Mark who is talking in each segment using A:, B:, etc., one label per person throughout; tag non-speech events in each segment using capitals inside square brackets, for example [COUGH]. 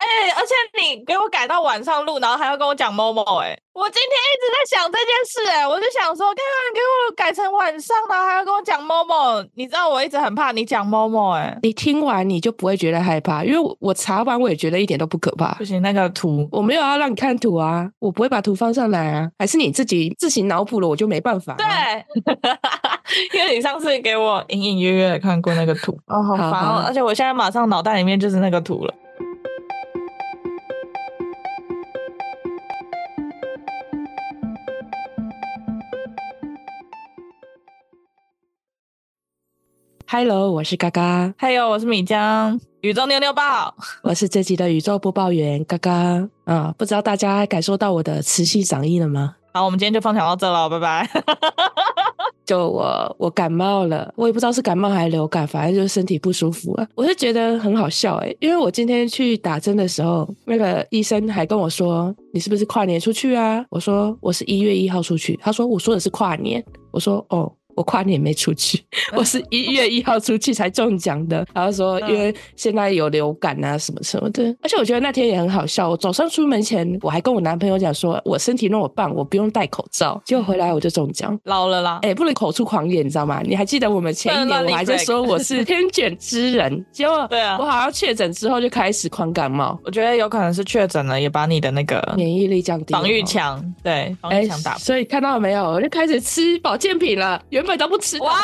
A: 哎而且你给我改到晚上录，然后还要跟我讲某某，哎，我今天一直在想这件事、哎，我就想说，看看给我改成晚上，然后还要跟我讲某某，你知道我一直很怕你讲某某，哎，
B: 你听完你就不会觉得害怕，因为我我查完我也觉得一点都不可怕
A: 不。行，那个图
B: 我没有要让你看图啊，我不会把图放上来啊，还是你自己自行脑补了，我就没办法、啊
A: 对， [LAUGHS] 因为你上次给我隐隐约约的看过那个图，哦，好
B: 好
A: 烦
B: 好
A: 哦！而且我现在马上脑袋里面就是那个图了。
B: ，Hello，我是嘎嘎，
A: 还有，我是米江，宇宙妞妞报，
B: 我是这集的宇宙播报员嘎嘎。啊、不知道大家感受到我的磁性嗓音了吗？
A: 好，我们今天就分享到这了，拜拜。 [LAUGHS]
B: 就我我感冒了，我也不知道是感冒还是流感，反正就是身体不舒服了。我是觉得很好笑诶、因为我今天去打针的时候，那个医生还跟我说：“你是不是跨年出去啊？”我说：“我是一月一号出去。”他说：“我说的是跨年。”我说：“哦。”我跨年没出去， [LAUGHS] 我是一月一号出去才中奖的。然后说，因为现在有流感啊什么什么的，而且我觉得那天也很好笑。我早上出门前，我还跟我男朋友讲说，我身体那么棒，我不用戴口罩。结果回来我就中奖，
A: 老了啦，
B: 哎、不能口出狂言，你知道吗？你还记得我们前一
A: 不能
B: 年
A: 乱立
B: 我还在
A: flag
B: 说我是天选之人，结果
A: 对啊
B: 我好像确诊之后就开始狂感冒，
A: 我觉得有可能是确诊了，也把你的那个
B: 免疫力降低，
A: 防御。墙，对，防
B: 哎、
A: 御墙打破。
B: 所以看到没有，我就开始吃保健品了。原本都不吃的，
A: 哇，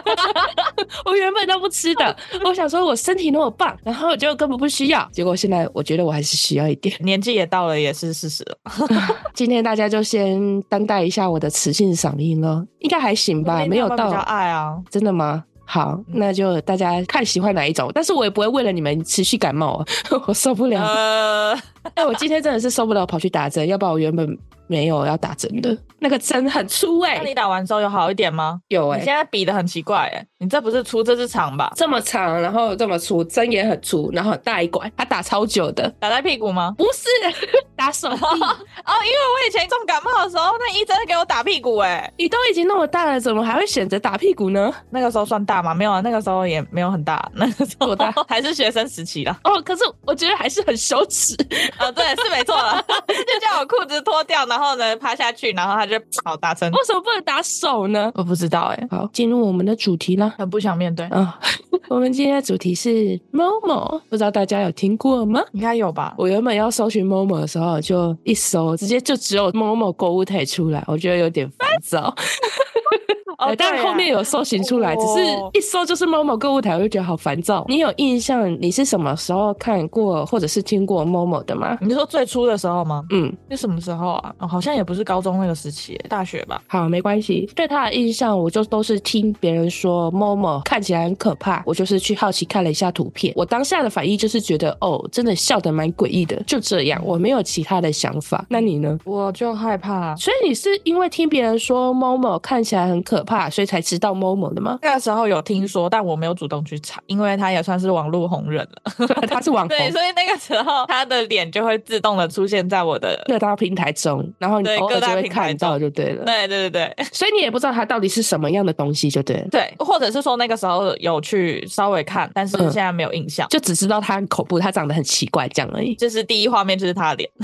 B: [LAUGHS] 我原本都不吃的。我想说，我身体那么棒，然后我就根本不需要。结果现在我觉得我还是需要一点。 [LAUGHS]
A: 年纪也到了，也是事实了。
B: 今天大家就先担待一下我的磁性嗓音咯，应该还行吧，没有
A: 爸爸比较
B: 到
A: 爱啊，
B: 真的吗？好，
A: 嗯
B: 那就大家看喜欢哪一种，但是我也不会为了你们持续感冒哦， [LAUGHS] 我受不了。
A: [LAUGHS] 呃，
B: 哎、我今天真的是受不了，跑去打针，要不然我原本没有要打针的，那个针很粗哎、
A: 那你打完之后有好一点吗？
B: 有
A: 你现
B: 哎、
A: 在比的很奇怪哎，你这不是出这是场吧？
B: 这么长，然后这么粗，针也很粗，然后很大一管，他打超久的，
A: 打在屁股吗？
B: 不是 [LAUGHS] 打手臂，
A: 哦，因为我以前重感冒的时候，那医生给我打屁股哎、
B: 你都已经那么大了，怎么还会选择打屁股呢？
A: 那个时候算大吗？没有啊，那个时候也没有很大，那个时候
B: 多大
A: [LAUGHS] 还是学生时 [LAUGHS] 期啦。
B: 哦，可是我觉得还是很羞耻，
A: 啊、对，是没错了， [LAUGHS] 就叫我裤子脱掉，然后呢趴下去，然后他就好打针。
B: 为什么不能打手呢？
A: 我不知道哎、
B: 好，进入我们的主题啦。
A: 很不想面对，
B: 啊、我们今天的主题是 Momo，不知道大家有听过吗？
A: 应该有吧？
B: 我原本要搜寻 Momo 的时候，就一搜，直接就只有 Momo 购物台出来，我觉得有点烦躁。呃
A: 哦，对
B: 但
A: 啊
B: 后面有搜寻出来，只是
A: 哦
B: 一搜就是 Momo 购物台，我就觉得好烦躁。你有印象你是什么时候看过或者是听过 Momo 的吗？
A: 你说最初的时候吗？
B: 嗯，
A: 是什么时候啊？哦好像也不是高中那个时期，大学吧？
B: 好，没关系。对他的印象，我就都是听别人说 Momo 看起来很可怕，我就是去好奇看了一下图片。我当下的反应就是觉得，哦，真的笑得蛮诡异的，就这样，我没有其他的想法。那你呢？
A: 我就害怕。？
B: 所以你是因为听别人说 Momo 看起来很可怕，所以才知道 Momo 的吗 [LAUGHS]
A: 那个时候有听说，但我没有主动去查，因为他也算是网络红人了。 [LAUGHS]
B: 他是网红，
A: 对，所以那个时候他的脸就会自动的出现在我的，
B: 各大平台中，然后你
A: 对
B: 偶尔
A: 各
B: 就
A: 大
B: 会
A: 平台
B: 看到就对了。
A: 对对对对 [LAUGHS]
B: 所以你也不知道它到底是什么样的东西，就对了，
A: 对，或者是说那个时候有去稍微看，但是
B: 嗯
A: 现在没有印象。
B: 就只知道它很恐怖，它长得很奇怪这样而已。
A: 就是第一画面就是他的脸， [LAUGHS]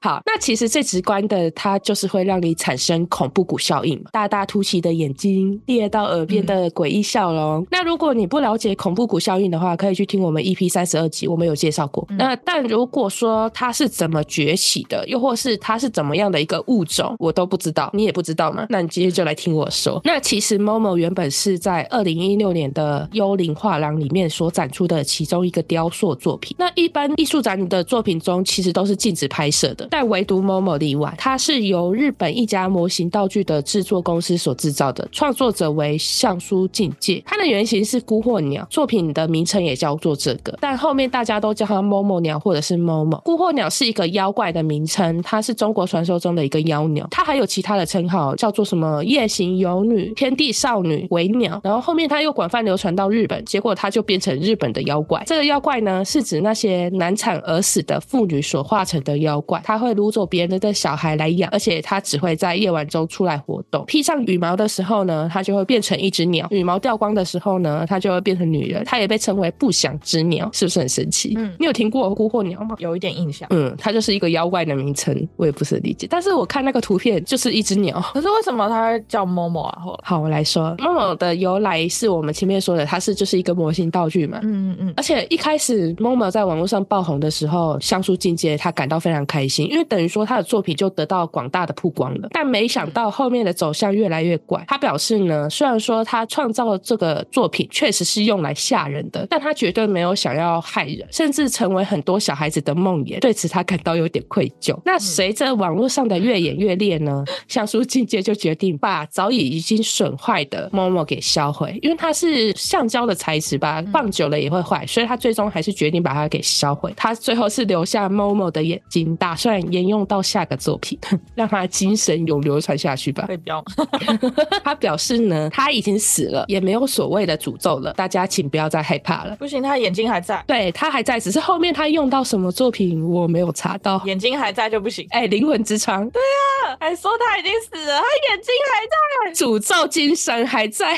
B: 好，那其实最直观的，它就是会让你产生恐怖谷效应嘛，大大凸起的眼睛，裂到耳边的诡异笑容。那如果你不了解恐怖谷效应的话，可以去听我们 EP 三十二集，我们有介绍过。
A: 嗯
B: 那但如果说它是怎么崛起的，又或是它是怎么样的一个物种，我都不知道，你也不知道嘛？那你今天就来听我说。那其实 Momo 原本是在二零一六年的幽灵画廊里面所展出的其中一个雕塑作品。那一般艺术展的作品中，其实都是禁止拍摄的，但唯独 Momo 例外，它是由日本一家模型道具的制作公司所制造的，创作者为尚书境界。它的原型是孤鹤鸟，作品的名称也叫做这个，但后面大家都叫它 Momo 鸟或者是 Momo。孤鹤鸟是一个妖怪的名称，它是中国传说中的一个妖鸟，它还有其他的称号，叫做什么夜行游女、天地少女、为鸟。然后后面它又广泛流传到日本，结果它就变成日本的妖怪。这个妖怪呢，是指那些难产而死的妇女所化成的妖怪，它会掳走别人的小孩来养，而且它只会在夜晚中出来活动。披上羽毛的时候后呢，它就会变成一只鸟；羽毛掉光的时候呢，它就会变成女人。它也被称为不祥之鸟，是不是很神奇？
A: 嗯
B: 你有听过孤惑鸟吗？
A: 有一点印象。
B: 嗯，它就是一个妖怪的名称，我也不是很理解。但是我看那个图片就是一只鸟。
A: 可是为什么它会叫 Momo 啊？或
B: 好，我来说，某某的由来是我们前面说的，它是就是一个模型道具嘛。
A: 嗯嗯
B: 而且一开始 Momo 在网络上爆红的时候，像素境界他感到非常开心，因为等于说他的作品就得到广大的曝光了。但没想到后面的走向越来越怪。他表示呢，虽然说他创造的这个作品确实是用来吓人的，但他绝对没有想要害人，甚至成为很多小孩子的梦魇。对此，他感到有点愧疚。那随着网络上的越演越烈呢，像素境界就决定把早已已经损坏的 Momo 给销毁，因为它是橡胶的材质吧，放久了也会坏，所以他最终还是决定把它给销毁。他最后是留下 Momo 的眼睛，打算沿用到下个作品，让它精神永流传下去吧。
A: 会标。
B: 他表示呢，他已经死了，也没有所谓的诅咒了，大家请不要再害怕了。
A: [LAUGHS] 不行，它眼睛还在，
B: 对他还在，只是后面他用到什么作品我没有查到。
A: 眼睛还在就不行。 [LAUGHS]
B: 哎，灵魂之窗，
A: 还说它已经死了，它眼睛还在
B: 诅咒精神还在，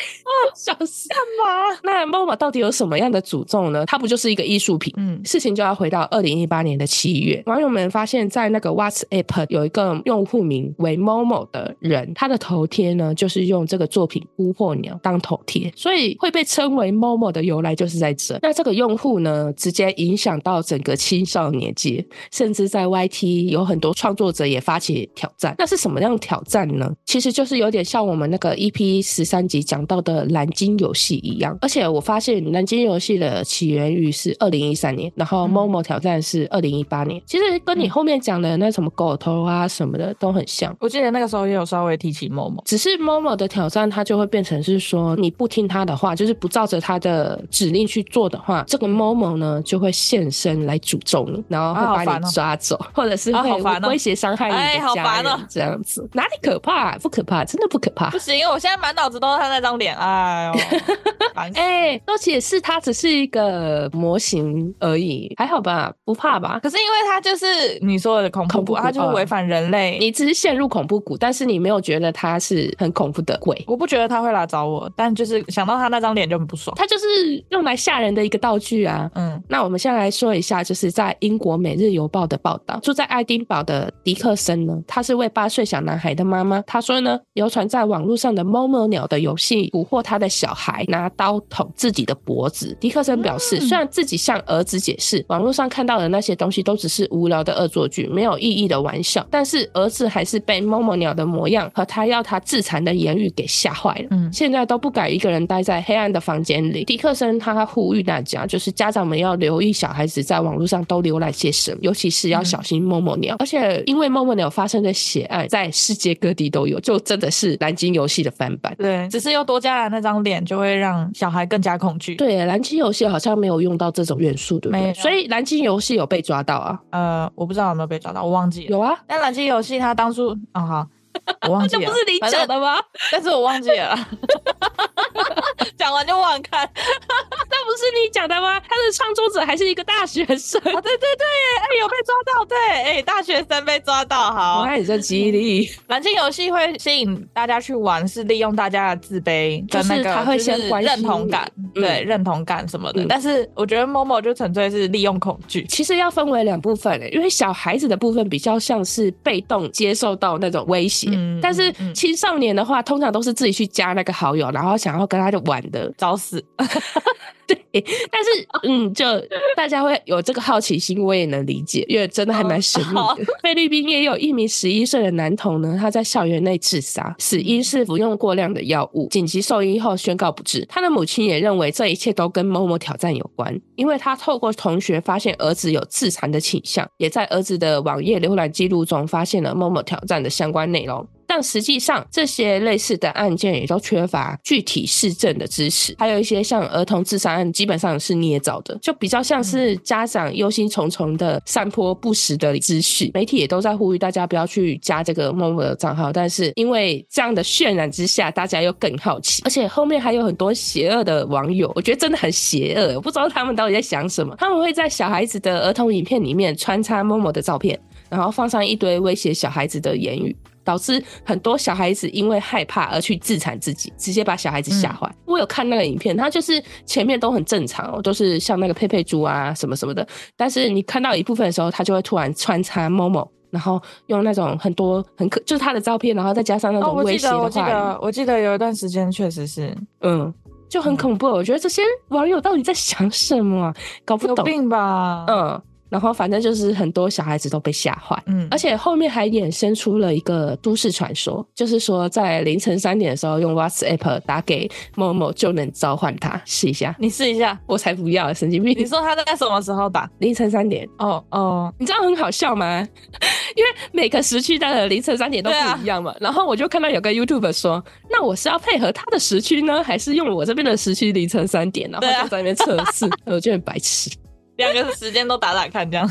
B: 笑死！
A: 干嘛？
B: 那 MoMA 到底有什么样的诅咒呢？它不就是一个艺术品？
A: 嗯
B: 事情就要回到二零一八年的七月，网友们发现，在那个 WhatsApp 有一个用户名为 Momo 的人，他的头贴呢就是用这个作品《孤惑鸟》当头贴，所以会被称为 Momo 的由来就是在这。那这个用户呢，直接影响到整个青少年界，甚至在 YT 有很多创作者也发起挑战。那是什么样的挑战呢？其实就是有点像我们那个 EP 十三集讲到的蓝鲸游戏一样。而且我发现蓝鲸游戏的起源于是二零一三年，然后
A: 嗯
B: Momo 挑战是二零一八年。其实跟你
A: 嗯
B: 后面讲的那什么狗头啊什么的都很像。
A: 我记得那个时候也有稍微提起 Momo。
B: 只是 Momo 的挑战，它就会变成是说，
A: 嗯
B: 你不听他的话，就是不照着他的指令去做的话，这个 Momo 呢就会现身来诅咒你，然后
A: 啊好
B: 会把
A: 烦哦
B: 你抓走，或者是
A: 啊
B: 会
A: 好烦哦
B: 威胁伤害
A: 哎
B: 你
A: 好
B: 的家
A: 烦
B: 人
A: 哦，
B: 这样子哪里可怕？不可怕，真的不可怕
A: 不。行，我现在满脑子都是他那张脸，哎 [LAUGHS] 呦，烦死！
B: 哎、都解释它只是一个模型而已，还好吧，不怕吧？
A: 可是因为他就是你说的恐怖嗯
B: 恐怖
A: 谷，他就
B: 谷
A: 是
B: 啊
A: 违反人类。
B: 你只是陷入恐怖谷，但是你没有觉得它是很恐怖的鬼，
A: 我不觉得他会来找我，但就是想到他那张脸就很不爽。
B: 它就是用来吓人的一个道具啊。
A: 嗯
B: 那我们先来说一下，就是在英国《每日邮报》的报道，住在爱丁堡的迪克森呢，他是位八岁小男孩的妈妈。他说呢，流传在网络上的 Momo 鸟的游戏蛊惑他的小孩拿刀捅自己的脖子。迪克森表示，
A: 嗯
B: 虽然自己向儿子解释，网络上看到的那些东西都只是无聊的恶作剧，没有意义的玩笑，但是儿子还是被 Momo 鸟的模样和他要他自残的言语给吓坏了。
A: 嗯，
B: 现在都不敢一个人待在黑暗的房间里。迪克森他呼吁大家，就是家长们要留意小孩子在网络上都浏览些什么，尤其是要小心默默鸟。而且因为默默鸟发生的血案，在世界各地都有，就真的是蓝鲸游戏的翻版。
A: 对，只是又多加了那张脸，就会让小孩更加恐惧。，
B: 对，蓝鲸游戏好像没有用到这种元素，对不
A: 没
B: 对？
A: 有
B: 所以蓝鲸游戏有被抓到啊？
A: 呃，我不知道有没有被找到，我忘记了。
B: 有啊，
A: 但蓝鲸游戏它当初，嗯好，我忘记
B: 这
A: [LAUGHS] 了，
B: 不是你
A: 反正
B: 讲，的吗？
A: 但是我忘记 [LAUGHS] 了，讲完就忘看。
B: 那不是你讲的吗？他的创作者还是一个大学生，
A: 啊，对对对，哎、有被抓到，对，哎、大学生被抓到，
B: 我
A: 好。
B: 看你这记忆力。
A: 蓝鲸游戏会吸引大家去玩，是利用大家的自卑
B: 就
A: 跟
B: 是
A: 那个
B: 它会
A: 就是
B: 先关心
A: 认同感，
B: 你
A: 对、认同感什么的。
B: 嗯
A: 但是我觉得 Momo 就纯粹是利用恐惧，
B: 其实要分为两部分、欸，因为小孩子的部分比较像是被动接受到那种威胁，
A: 嗯
B: 但是
A: 嗯嗯
B: 青少年的话，通常都是自己去加那个好友，然后想要跟他玩的。
A: 找死。
B: [LAUGHS] 但是，嗯，就大家会有这个好奇心，我也能理解，因为真的还蛮神秘
A: 哦好
B: 的。 [LAUGHS] 菲律宾也有一名十一岁的男童呢，他在校园内自杀，死因是服用过量的药物，紧急送医后宣告不治。他的母亲也认为这一切都跟某某挑战有关，因为他透过同学发现儿子有自残的倾向，也在儿子的网页浏览记录中发现了某某挑战的相关内容。但实际上，这些类似的案件也都缺乏具体市政的支持，还有一些像儿童自杀案，基本上是捏造的，就比较像是家长忧心忡忡的散播不实的资讯。媒体也都在呼吁大家不要去加这个陌陌的账号，但是因为这样的渲染之下，大家又更好奇，而且后面还有很多邪恶的网友，我觉得真的很邪恶，我不知道他们到底在想什么。他们会在小孩子的儿童影片里面穿插陌陌的照片，然后放上一堆威胁小孩子的言语。导致很多小孩子因为害怕而去自残自己，直接把小孩子吓坏。
A: 嗯
B: 我有看那个影片，它就是前面都很正常、哦，都是像那个佩佩猪啊什么什么的，但是你看到一部分的时候，它就会突然穿插某某。然后用那种很多很可，就是他的照片，然后再加上那
A: 哦，
B: 种
A: 我
B: 威
A: 记
B: 胁
A: 得，我
B: 的话语，
A: 记得，我记得有一段时间确实是
B: 嗯，就很恐怖。我觉得这些网友到底在想什么啊、搞不
A: 有
B: 懂。
A: 病啊吧？
B: 嗯，然后反正就是很多小孩子都被吓坏。
A: 嗯
B: 而且后面还衍生出了一个都市传说，就是说在凌晨三点的时候用 WhatsApp 打给某某就能召唤他，试一下。
A: 你试一下，
B: 我才不要，神经病！
A: 你说他在什么时候打？
B: 凌晨三点，
A: 哦哦，
B: 你知道很好笑吗？ [LAUGHS] 因为每个时区的凌晨三点都
A: 对啊
B: 不一样嘛。然后我就看到有个 YouTube 说，那我是要配合他的时区呢，还是用我这边的时区凌晨三点？然后
A: 对啊
B: 就在那边测试， [LAUGHS] 我觉得很白痴。
A: 两个时间都打打看，这
B: [LAUGHS]
A: 样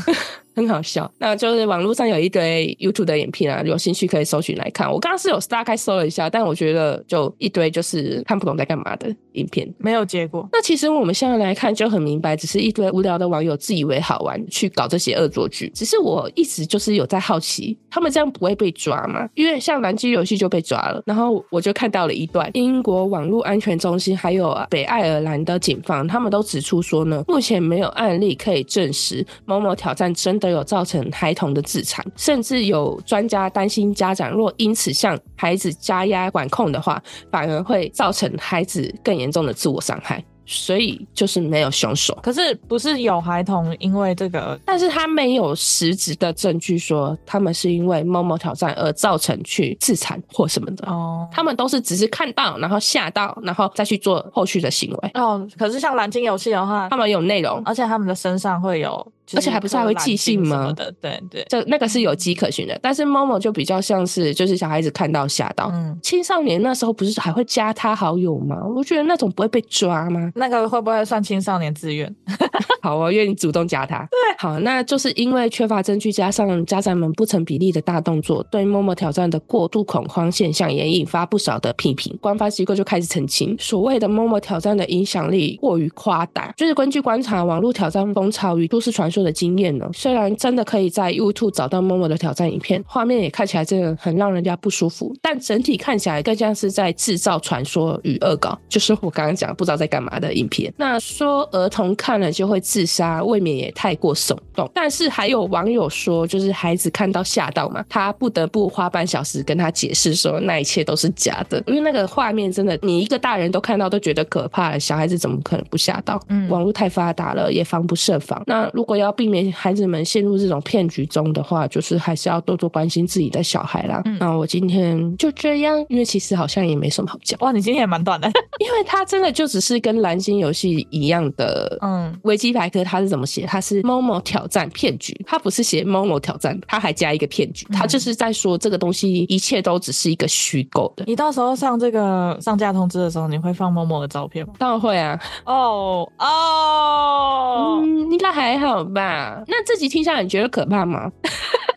B: 很好笑，那就是网络上有一堆 YouTube 的影片啊，有兴趣可以搜寻来看。我刚刚是有大概搜了一下，但我觉得就一堆就是看不懂在干嘛的影片。
A: 没有结果。
B: 那其实我们现在来看就很明白，只是一堆无聊的网友自以为好玩去搞这些恶作剧。只是我一直就是有在好奇，他们这样不会被抓吗？因为像南极游戏就被抓了，然后我就看到了一段英国网络安全中心还有北爱尔兰的警方，他们都指出说呢，目前没有案例可以证实某某挑战真的有造成孩童的自残，甚至有专家担心家长若因此向孩子加压管控的话，反而会造成孩子更严重的自我伤害。所以就是没有凶手，
A: 可是不是有孩童因为这个
B: 但是他没有实质的证据说他们是因为某某挑战而造成去自残或什么的。
A: 哦？
B: 他们都是只是看到，然后吓到，然后再去做后续的行为。
A: 哦，可是像蓝鲸游戏的话
B: 他，们有内容，
A: 而且他们的身上会有，就
B: 而且还不是还会
A: 刻
B: 寄信
A: 蓝鲸什
B: 吗
A: 么的，对对，
B: 这那个是有迹可循的。但是 Momo 就比较像是就是小孩子看到吓到。
A: 嗯，
B: 青少年那时候不是还会加他好友吗？我觉得那种不会被抓吗？
A: 那个会不会算青少年自愿？
B: [LAUGHS] 好哦，因为你主动加他。对，好，那就是因为缺乏证据，加上家长们不成比例的大动作，对默默挑战的过度恐慌现象也引发不少的批评。官方机构就开始澄清，所谓的默默挑战的影响力过于夸大。就是根据观察网络挑战风潮与都市传说的经验呢，虽然真的可以在 YouTube 找到默默的挑战影片，画面也看起来真的很让人家不舒服，但整体看起来更像是在制造传说与恶搞，就是我刚刚讲不知道在干嘛的影片。那说儿童看了就会自杀，未免也太过耸动。但是还有网友说，就是孩子看到吓到嘛，他不得不花半小时跟他解释说那一切都是假的，因为那个画面真的你一个大人都看到都觉得可怕了，小孩子怎么可能不吓到？
A: 嗯
B: 网络太发达了，也防不胜防。那如果要避免孩子们陷入这种骗局中的话，就是还是要多多关心自己的小孩啦。
A: 嗯
B: 那我今天就这样，因为其实好像也没什么好讲，
A: 哇，你今天也蛮短
B: [LAUGHS]
A: 的，
B: 因为它真的就只是跟蓝鲸游戏一样的。
A: 嗯，
B: 维基百科它是怎么写？它是某某挑战骗局，它不是写某某挑战，它还加一个骗局，它
A: 嗯
B: 就是在说这个东西一切都只是一个虚构的。
A: 你到时候上这个上架通知的时候，你会放某某的照片吗？
B: 当然会啊，
A: 哦 [LAUGHS] 哦，
B: 嗯，应该还好吧？那这集听下来你觉得可怕吗？
A: [LAUGHS]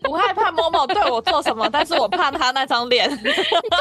A: 不害怕某某对我做什么，但是我怕他那张 [LAUGHS] 脸。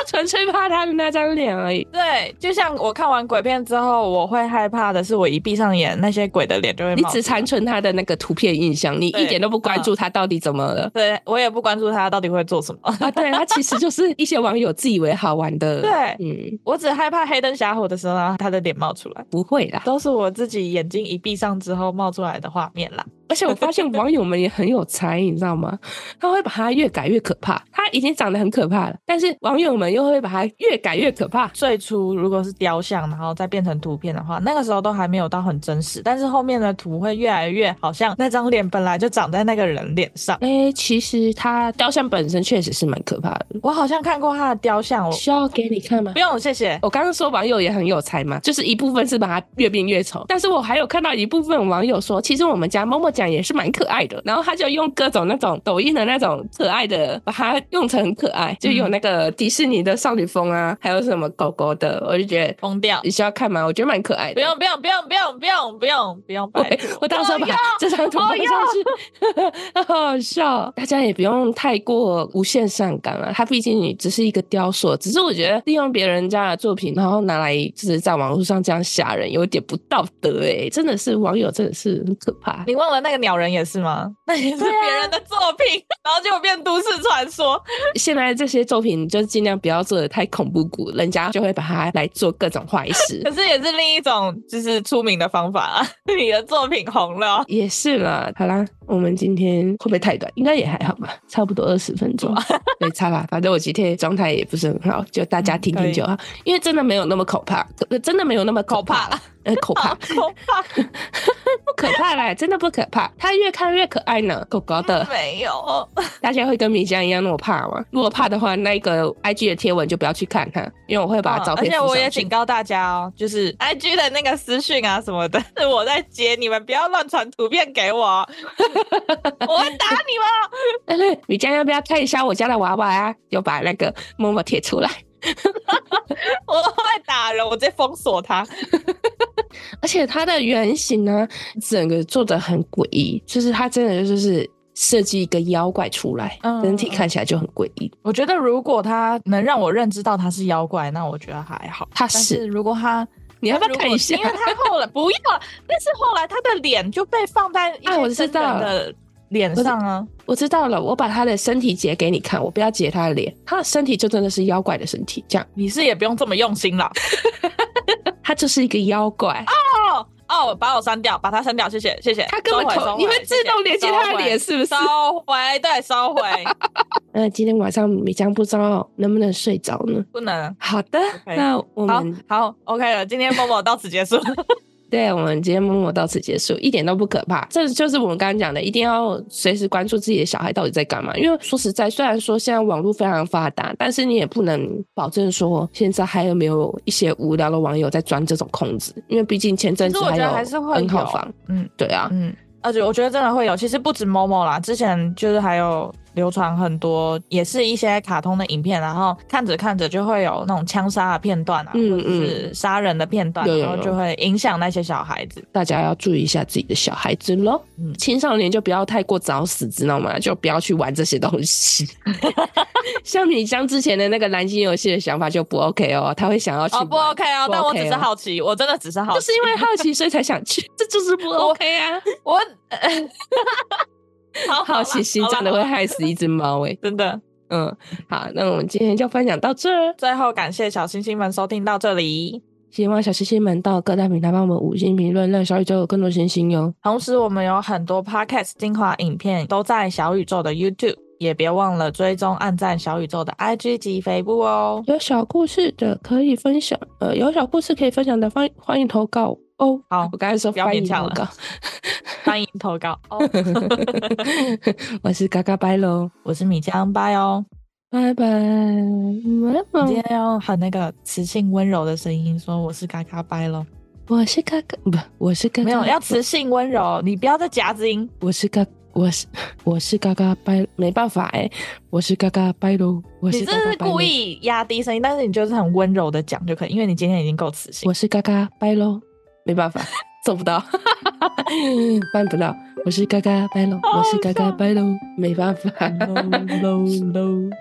B: 纯粹怕他的那张脸而已。
A: 对，就像我看完鬼片之后，我会害怕的是，我一闭上眼，那些鬼的脸就会
B: 你
A: 冒
B: 只
A: 出来
B: 残存他的那个图片印象，你
A: 对啊
B: 一点都不关注他到底怎
A: [LAUGHS]
B: 么了。
A: 对我也不关注他到底会做什么，
B: 啊，对，他其实就是一些网友自以为好玩的。
A: 对
B: 嗯，
A: 我只害怕黑灯瞎火的时候，然后他的脸冒出来，
B: 不会啦。
A: 都是我自己眼睛一闭上之后冒出来的画面啦。
B: 而且我发现网友们也很有才，你知道吗？他会把它越改越可怕。他已经长得很可怕了，但是网友们又会把它越改越可怕。
A: 最初如果是雕像，然后再变成图片的话，那个时候都还没有到很真实，但是后面的图会越来越好像那张脸本来就长在那个人脸上。
B: 哎、其实他雕像本身确实是蛮可怕的。
A: 我好像看过他的雕像，我
B: 需要给你看吗
A: 不？用谢谢。
B: 我刚刚说网友也很有才嘛，就是一部分是把它越变越丑，但是我还有看到一部分网友说，其实我们家默默讲也是蛮可爱的，然后他就用各种那种抖音的那种可爱的，把它用成很可爱，就有那个迪士尼的少女风啊，还有什么狗狗的，我就觉得
A: 疯掉
B: 你需要看吗？我觉得蛮可爱的。
A: 不用不用不用不用不用不用不用，
B: 我
A: 拜托
B: 我到时候把
A: 不要
B: 这张图放上去， [LAUGHS] 好好笑。大家也不用太过无限上纲了，它毕竟你只是一个雕塑，只是我觉得利用别人家的作品，然后拿来欸就是在网络上这样吓人，有点不道德哎、真的是网友真的是很可怕。
A: 你忘了那个鸟人也是吗？那也是别人的作品，然后就变都市传说。
B: 现在这些作品就是尽量不要做的太恐怖谷，人家就会把它来做各种坏事
A: 可。是也是另一种就是出名的方法啊。你的作品红了，
B: 也是啦，好啦，我们今天会不会太短？应该也还好吧，差不多二十分钟， [LAUGHS] 对，差吧。反正我今天状态也不是很好，就大家听
A: 可
B: 听
A: 以
B: 就好，因为真的没有那么可怕，呃真的没有那么可怕，呃，可
A: [LAUGHS]
B: 怕
A: 好恐怕
B: 不可怕啦，真的不可怕，它越看越可爱呢，狗狗
A: [LAUGHS]
B: 的。
A: 没有。
B: 大家会跟米香一样那么怕吗？如果怕的话，那个 IG 的贴文就不要去看它，因为我会把
A: 嗯
B: 照
A: 而
B: 片
A: 且
B: 附
A: 我也
B: 上 [LAUGHS] 去。
A: 警告大家哦，就是 I G 的那个私讯啊什么的，是我在接，你们不要乱传图片给我哦，我会打你们哦。
B: 哎米江要不要看一下我家的娃娃啊？就把那个默默贴出来。
A: 我会打人，我直接封锁他。
B: 而且它的原型呢，整个做的很诡异，就是它真的就是设计一个妖怪出来，
A: 嗯
B: 整体看起来就很诡异。
A: 我觉得如果他能让我认知到他是妖怪，那我觉得还好。
B: 它
A: 但
B: 是
A: 是如果他
B: 你要不要
A: 如
B: 看
A: 果
B: 一下
A: 因？为他后来不要，但是后来他的脸就被放在一
B: 啊我
A: 些
B: 知
A: 真人
B: 道
A: 的脸
B: 知
A: 上啊。
B: [LAUGHS] 我知道了，我把它的身体截给你看，我不要截它的脸，它的身体就真的是妖怪的身体，这样
A: 你是也不用这么用心了。
B: 它就是一个妖怪。
A: 哦哦，把我删掉，把他删掉，谢谢谢谢。
B: 它根本
A: 收回
B: 头，你会自动连接它的脸，。是不
A: 收
B: 是？
A: 回收回，对，收
B: [LAUGHS]
A: 回，
B: 那今天晚上米江不知道能不能睡着呢？
A: 不能。
B: 好的
A: OK
B: 那我
A: 好
B: 们
A: 好，OK 了，今天某某到此
B: [LAUGHS]
A: 结束。 [LAUGHS]
B: 对我们今天默默到此结束，一点都不可怕。这就是我们刚刚讲的，一定要随时关注自己的小孩到底在干嘛。因为说实在，虽然说现在网络非常发达，但是你也不能保证说现在还有没有一些无聊的网友在钻这种空子，因为毕竟前阵
A: 其
B: 子
A: 实我觉得
B: 有
A: 还是会
B: N 号
A: 有
B: 房，
A: 嗯
B: 对啊，
A: 嗯，而且我觉得真的会有，其实不止某某啦，之前就是还有流传很多，也是一些卡通的影片，然后看着看着就会有那种枪杀的片段啊，
B: 嗯
A: 或者是杀人的片段，
B: 有有
A: 然后
B: 有
A: 就会影响那些小孩子。
B: 大家要注意一下自己的小孩子喽。
A: 嗯
B: 青少年就不要太过早死，知道吗？就不要去玩这些东
A: [LAUGHS]
B: 西。像你像之前的那个蓝鲸游戏的想法就不 OK 哦，他会想要去
A: 哦，不
B: 玩
A: OK 哦，
B: 不
A: 但我
B: OK
A: 只是
B: 哦
A: 好奇，我真的只是好
B: 就
A: 奇
B: 是，因为好奇所以才想
A: [LAUGHS]
B: 去，这就是不 OK 啊！ [LAUGHS]
A: 我 [LAUGHS] 好
B: 好奇心真的
A: 好啦
B: 会害死一只猫诶、
A: 真的。
B: 嗯，好，那我们今天就分享到这儿，
A: 最后感谢小星星们收听到这里，
B: 希望小星星们到各大平台帮我们五星评论，让小宇宙有更多星星哟。
A: 同时我们有很多 podcast 精华影片都在小宇宙的 YouTube，也别忘了追踪、按赞小宇宙的 IG 及 Facebook 哦。
B: 有小故事的可以分享，呃，有小故事可以分享的，欢欢迎投稿哦。
A: 好
B: 我刚才说
A: 不要
B: 欢迎
A: 勉强
B: 投
A: 了
B: 稿，
A: 欢迎投稿哦， [LAUGHS]
B: [LAUGHS] 我是嘎嘎拜喽，
A: 我是米江拜哦。
B: 拜拜，晚
A: 你今
B: 安。
A: 天要很那个磁性温柔的声音说我是嘎嘎拜咯，
B: 我是嘎嘎，不，我是嘎嘎，
A: 没有要磁性温柔，你不要再夹子音。
B: 我是嘎，我是我是嘎嘎拜，没办法哎、我是嘎嘎拜喽，我
A: 你
B: 是
A: 这
B: 嘎嘎
A: 是
B: 拜咯
A: 故，意压低声音，但是你就是很温柔的讲就可以，因为你今天已经够磁性。
B: 我是嘎嘎拜喽，没办法，做
A: [LAUGHS]
B: 不到，办不到，我是嘎嘎拜喽，我是嘎嘎拜喽，没办法。
A: low low low。